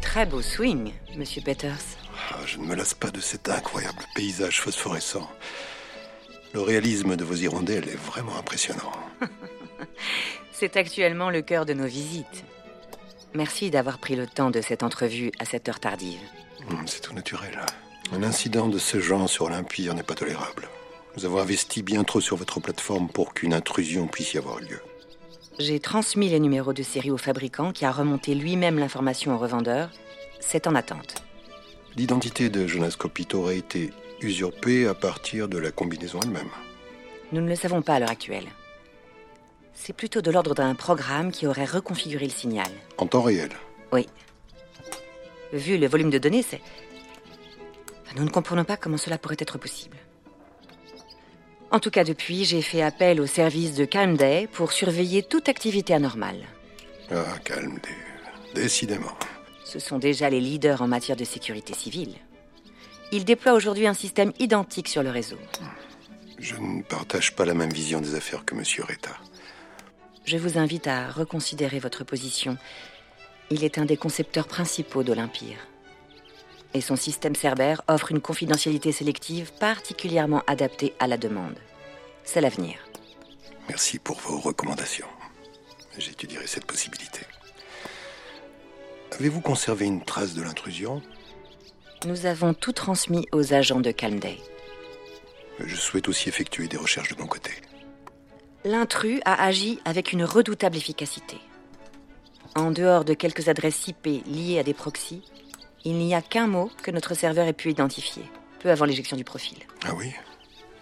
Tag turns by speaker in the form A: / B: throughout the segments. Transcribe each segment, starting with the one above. A: Très beau swing, monsieur Peters.
B: Ah, Je ne me lasse pas de cet incroyable paysage phosphorescent. Le réalisme de vos hirondelles est vraiment impressionnant.
A: C'est actuellement le cœur de nos visites. Merci d'avoir pris le temps de cette entrevue à cette heure tardive.
B: Hum, C'est tout naturel. Un incident de ce genre sur l'Empire n'est pas tolérable. Nous avons investi bien trop sur votre plateforme pour qu'une intrusion puisse y avoir lieu.
A: J'ai transmis les numéros de série au fabricant qui a remonté lui-même l'information au revendeur. C'est en attente.
B: L'identité de Jonas Copit aurait été usurpée à partir de la combinaison elle-même.
A: Nous ne le savons pas à l'heure actuelle. C'est plutôt de l'ordre d'un programme qui aurait reconfiguré le signal.
B: En temps réel.
A: Oui. Vu le volume de données, c'est... Enfin, Nous ne comprenons pas comment cela pourrait être possible. En tout cas, depuis, j'ai fait appel au service de Calm Day pour surveiller toute activité anormale.
B: Ah, calme, dé- décidément.
A: Ce sont déjà les leaders en matière de sécurité civile. Ils déploient aujourd'hui un système identique sur le réseau.
B: Je ne partage pas la même vision des affaires que Monsieur Retta.
A: Je vous invite à reconsidérer votre position. Il est un des concepteurs principaux de l'Empire. Et son système Cerber offre une confidentialité sélective particulièrement adaptée à la demande. C'est l'avenir.
B: Merci pour vos recommandations. J'étudierai cette possibilité. Avez-vous conservé une trace de l'intrusion
A: Nous avons tout transmis aux agents de Calmday.
B: Je souhaite aussi effectuer des recherches de mon côté.
A: L'intrus a agi avec une redoutable efficacité. En dehors de quelques adresses IP liées à des proxys, il n'y a qu'un mot que notre serveur ait pu identifier, peu avant l'éjection du profil.
B: Ah oui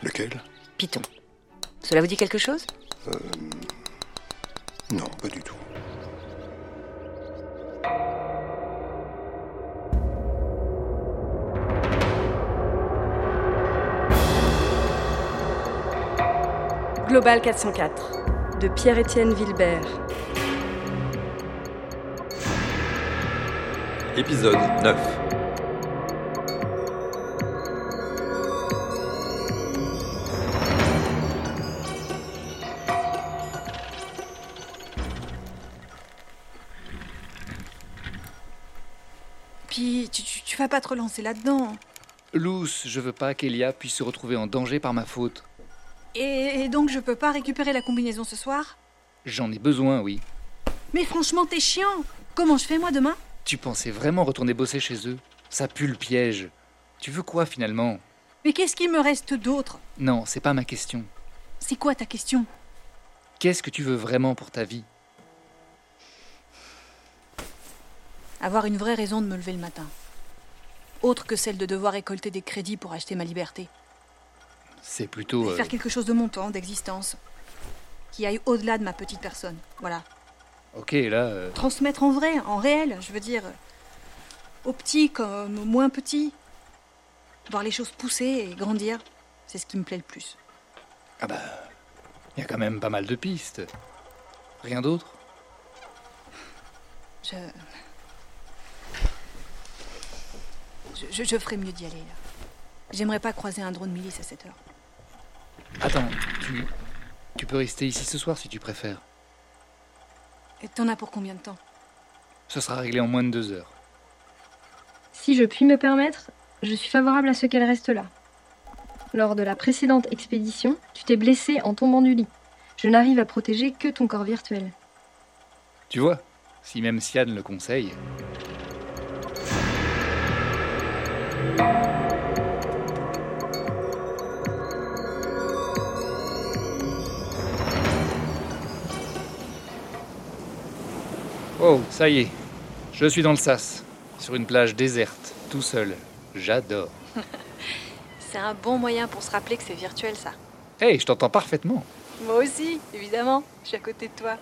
B: Lequel
A: Python. Cela vous dit quelque chose
B: Non, pas du tout.
C: Global 404 de Pierre-Étienne Vilbert.
D: Épisode 9.
E: Puis tu, tu- tu vas pas te relancer là-dedans.
F: Luce, je veux pas qu'Elia puisse se retrouver en danger par ma faute.
E: Et, et donc je peux pas récupérer la combinaison ce soir
F: J'en ai besoin, oui.
E: Mais franchement, t'es chiant Comment je fais moi demain
F: Tu pensais vraiment retourner bosser chez eux Ça pue le piège. Tu veux quoi finalement
E: Mais qu'est-ce qu'il me reste d'autre
F: Non, c'est pas ma question.
E: C'est quoi ta question
F: Qu'est-ce que tu veux vraiment pour ta vie
E: Avoir une vraie raison de me lever le matin. Autre que celle de devoir récolter des crédits pour acheter ma liberté.
F: C'est plutôt. euh,
E: Faire quelque chose de mon temps, d'existence. Qui aille au-delà de ma petite personne. Voilà.
F: Ok, là. euh,
E: Transmettre en vrai, en réel, je veux dire. Aux petits comme aux moins petits. Voir les choses pousser et grandir, c'est ce qui me plaît le plus.
F: Ah bah. Il y a quand même pas mal de pistes. Rien d'autre
E: Je... Je, je- je ferais mieux d'y aller, là. J'aimerais pas croiser un drone milice à cette heure.
F: Attends, tu. Tu peux rester ici ce soir si tu préfères.
E: Et t'en as pour combien de temps
F: Ce sera réglé en moins de deux heures.
G: Si je puis me permettre, je suis favorable à ce qu'elle reste là. Lors de la précédente expédition, tu t'es blessée en tombant du lit. Je n'arrive à protéger que ton corps virtuel.
F: Tu vois Si même Sian le conseille. Oh, ça y est. Je suis dans le sas, sur une plage déserte, tout seul. J'adore.
C: C'est un bon moyen pour se rappeler que c'est virtuel ça.
F: Hey, je t'entends parfaitement.
C: Moi aussi, évidemment, je suis à côté de toi.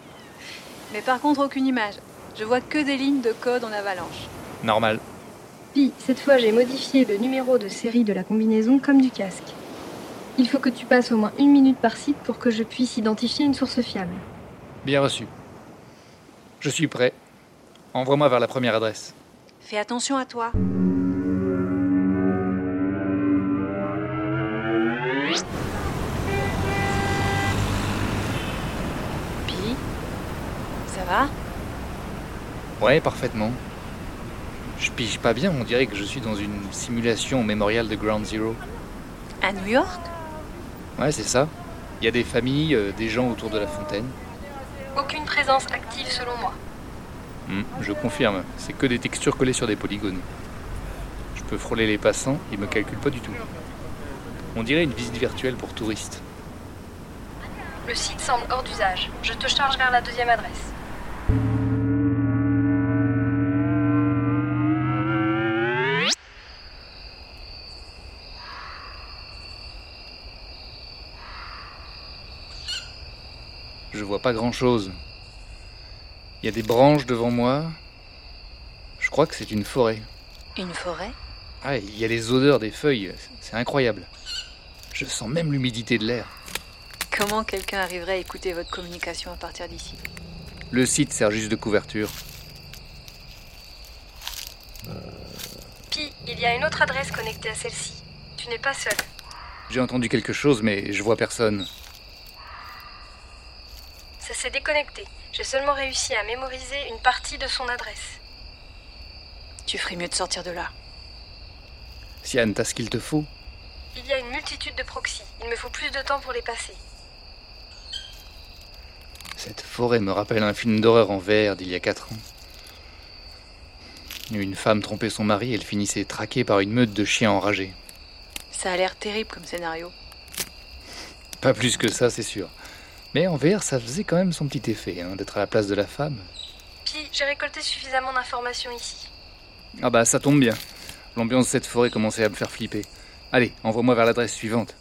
C: Mais par contre, aucune image. Je vois que des lignes de code en avalanche.
F: Normal.
G: Puis, cette fois, j'ai modifié le numéro de série de la combinaison comme du casque. Il faut que tu passes au moins une minute par site pour que je puisse identifier une source fiable.
F: Bien reçu. Je suis prêt. Envoie-moi vers la première adresse.
C: Fais attention à toi.
F: Ouais, parfaitement. Je pige pas bien, on dirait que je suis dans une simulation mémoriale de Ground Zero.
C: À New York
F: Ouais, c'est ça. Il y a des familles, euh, des gens autour de la fontaine.
G: Aucune présence active selon moi.
F: Hmm, je confirme, c'est que des textures collées sur des polygones. Je peux frôler les passants, ils me calculent pas du tout. On dirait une visite virtuelle pour touristes.
G: Le site semble hors d'usage. Je te charge vers la deuxième adresse.
F: Je vois pas grand chose. Il y a des branches devant moi. Je crois que c'est une forêt.
C: Une forêt
F: Ah, il y a les odeurs des feuilles, c'est incroyable. Je sens même l'humidité de l'air.
C: Comment quelqu'un arriverait à écouter votre communication à partir d'ici
F: Le site sert juste de couverture.
G: Pi, il y a une autre adresse connectée à celle-ci. Tu n'es pas seul.
F: J'ai entendu quelque chose, mais je vois personne.
G: Ça s'est déconnecté. J'ai seulement réussi à mémoriser une partie de son adresse.
C: Tu ferais mieux de sortir de là.
F: Sian, t'as ce qu'il te faut
G: Il y a une multitude de proxys. Il me faut plus de temps pour les passer.
F: Cette forêt me rappelle un film d'horreur en verre d'il y a quatre ans. Une femme trompait son mari et elle finissait traquée par une meute de chiens enragés.
C: Ça a l'air terrible comme scénario.
F: Pas plus que ça, c'est sûr. Mais en VR, ça faisait quand même son petit effet, hein, d'être à la place de la femme.
G: Pi, j'ai récolté suffisamment d'informations ici.
F: Ah bah ça tombe bien. L'ambiance de cette forêt commençait à me faire flipper. Allez, envoie-moi vers l'adresse suivante.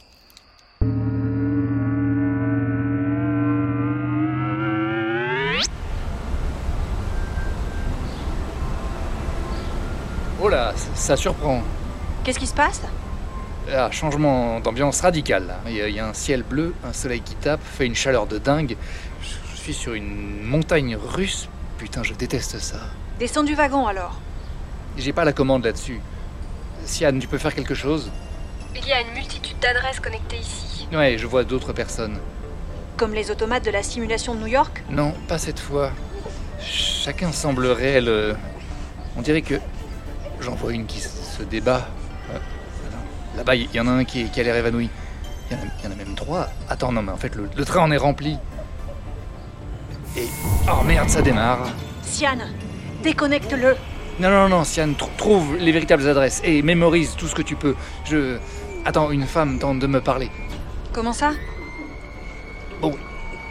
F: Oh là, ça- ça surprend.
C: Qu'est-ce qui se passe
F: Ah, changement d'ambiance radicale. là. Il y, a- il y a un ciel bleu, un soleil qui tape, fait une chaleur de dingue. Je, je suis sur une montagne russe. Putain, je déteste ça.
E: Descends du wagon alors.
F: J'ai pas la commande là-dessus. Sian, tu peux faire quelque chose
G: Il y a une multitude d'adresses connectées ici.
F: Ouais, je vois d'autres personnes.
E: Comme les automates de la simulation de New York,
F: Non, pas cette fois. Chacun semble réel. euh, On dirait que j'en vois une qui s- se débat. Euh, non. Là-bas, il y en a un qui, qui a l'air évanoui. Il y, en a- il y en a même trois. Attends, non, mais en fait, le, le train en est rempli. Et. Oh merde, ça démarre.
E: Sian, déconnecte-le.
F: Non, non, non, Sian, tr- trouve les véritables adresses et mémorise tout ce que tu peux. Je. Attends, une femme tente de me parler.
E: Comment ça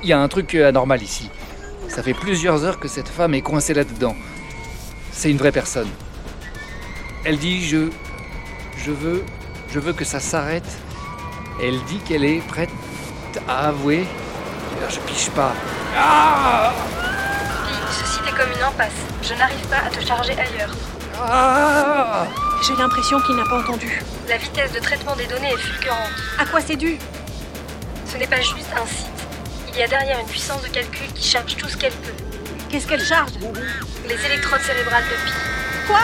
F: Il y a un truc euh, anormal ici. Ça fait plusieurs heures que cette femme est coincée là-dedans. C'est une vraie personne. Elle dit je je veux je veux que ça s'arrête. Elle dit qu'elle est prête à avouer. Ah, Je piche pas. Ah
G: Pi, ce site est comme une impasse. Je n'arrive pas à te charger ailleurs.
F: Ah
E: J'ai l'impression qu'il n'a pas entendu.
G: La vitesse de traitement des données est fulgurante.
E: À quoi c'est dû
G: Ce n'est pas juste un site. Il y a derrière une puissance de calcul qui charge tout ce qu'elle peut.
E: Qu'est-ce qu'elle charge
G: Les électrodes cérébrales de Pi.
E: Quoi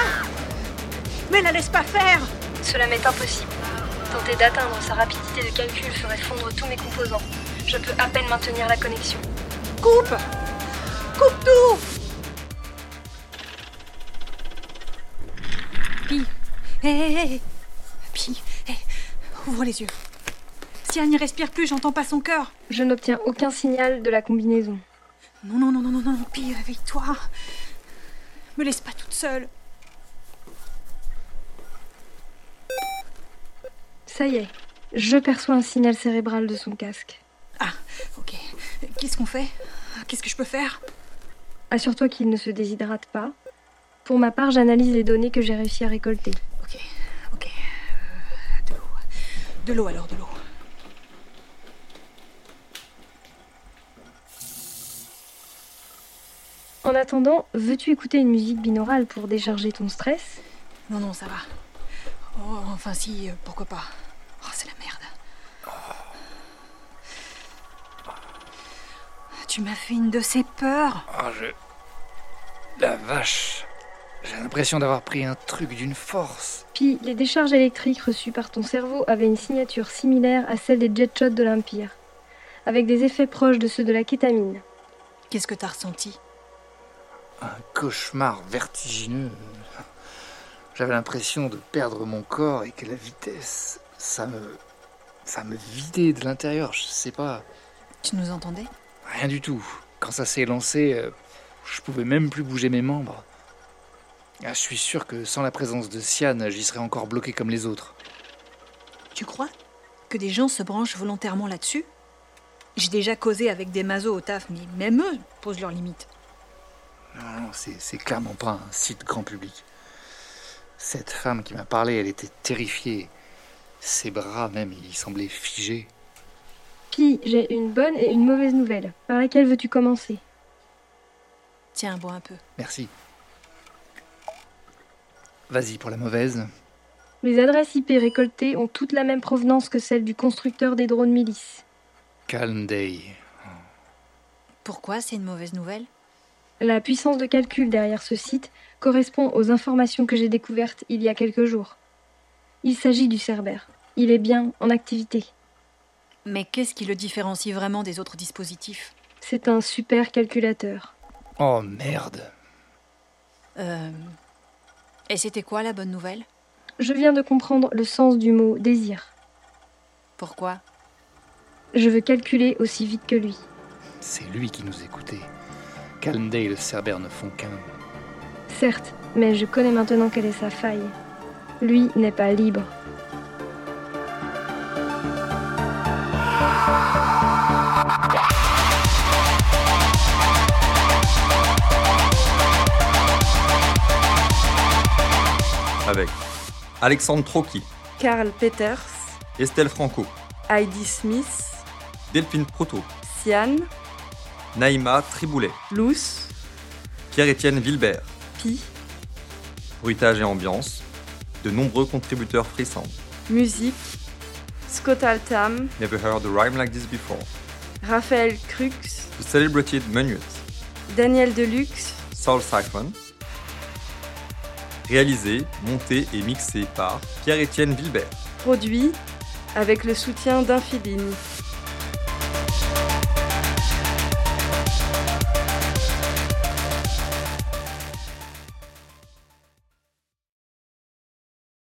E: Mais la laisse pas faire
G: Cela m'est impossible. Tenter d'atteindre sa rapidité de calcul ferait fondre tous mes composants. Je peux à peine maintenir la connexion.
E: Coupe Coupe tout Pi. Hé, hé, hé. Pi, hé. Ouvre les yeux. Si elle n'y respire plus, j'entends pas son cœur.
G: Je n'obtiens aucun signal de la combinaison.
E: Non, non, non, non, non, non, non, Pi, réveille-toi. Me laisse pas toute seule.
G: Ça y est, je perçois un signal cérébral de son casque.
E: Ah, Ok, qu'est-ce qu'on fait Qu'est-ce que je peux faire
G: Assure-toi qu'il ne se déshydrate pas. Pour ma part, j'analyse les données que j'ai réussi à récolter.
E: Ok, ok. Euh, de l'eau. De l'eau alors, de l'eau.
G: En attendant, veux-tu écouter une musique binaurale pour décharger ton stress
E: Non, non, ça va. Oh, enfin, si, euh, pourquoi pas. Oh, c'est la merde. Tu m'as fait une de ces peurs.
F: Ah, je la vache. J'ai l'impression d'avoir pris un truc d'une force.
G: Puis, les décharges électriques reçues par ton cerveau avaient une signature similaire à celle des jet shots de l'Empire, avec des effets proches de ceux de la kétamine.
E: Qu'est-ce que t'as ressenti
F: un cauchemar vertigineux. J'avais l'impression de perdre mon corps et que la vitesse, ça me, ça me vidait de l'intérieur. Je sais pas,
E: Tu nous entendais
F: rien du tout. Quand ça s'est lancé, euh, je pouvais même plus bouger mes membres. Ah, je suis sûr que sans la présence de Sian, j'y serais encore bloqué comme les autres.
E: Tu crois que des gens se branchent volontairement là-dessus J'ai déjà causé avec des masos au taf, mais même eux posent leurs limites.
F: Non, non, c'est c'est clairement pas un site grand public. Cette femme qui m'a parlé, elle était terrifiée. Ses bras même, ils semblaient figés.
G: Pi, j'ai une bonne et une mauvaise nouvelle. Par laquelle veux-tu commencer
E: Tiens, bois un peu.
F: Merci. Vas-y pour la mauvaise.
G: Les adresses IP récoltées ont toutes la même provenance que celles du constructeur des drones milices.
F: Calm Day.
E: Pourquoi c'est une mauvaise nouvelle
G: La puissance de calcul derrière ce site correspond aux informations que j'ai découvertes il y a quelques jours. Il s'agit du Cerbère. Il est bien en activité.
E: Mais qu'est-ce qui le différencie vraiment des autres dispositifs
G: C'est un super calculateur.
F: Oh merde.
E: Euh... Et c'était quoi la bonne nouvelle
G: Je viens de comprendre le sens du mot désir.
E: Pourquoi
G: Je veux calculer aussi vite que lui.
F: C'est lui qui nous écoutait. Calm Day et le Cerbère ne font qu'un.
G: Certes, mais je connais maintenant quelle est sa faille. Lui n'est pas libre.
D: avec Alexandre Troki,
H: Karl Peters,
D: Estelle Franco,
H: Heidi Smith,
D: Delphine Proto,
H: Sian,
D: Naïma Triboulet,
H: Luce,
D: Pierre-Étienne Vilbert,
H: Pi,
D: bruitage et ambiance, de nombreux contributeurs frissants.
H: Musique, Scott Altam,
D: Never heard a rhyme like this before.
H: Raphaël Crux,
D: The celebrated Menuet,
H: Daniel Deluxe,
D: Soul Siphon. Réalisé, monté et mixé par Pierre-Étienne Vilbert.
H: produit avec le soutien d'Infiline.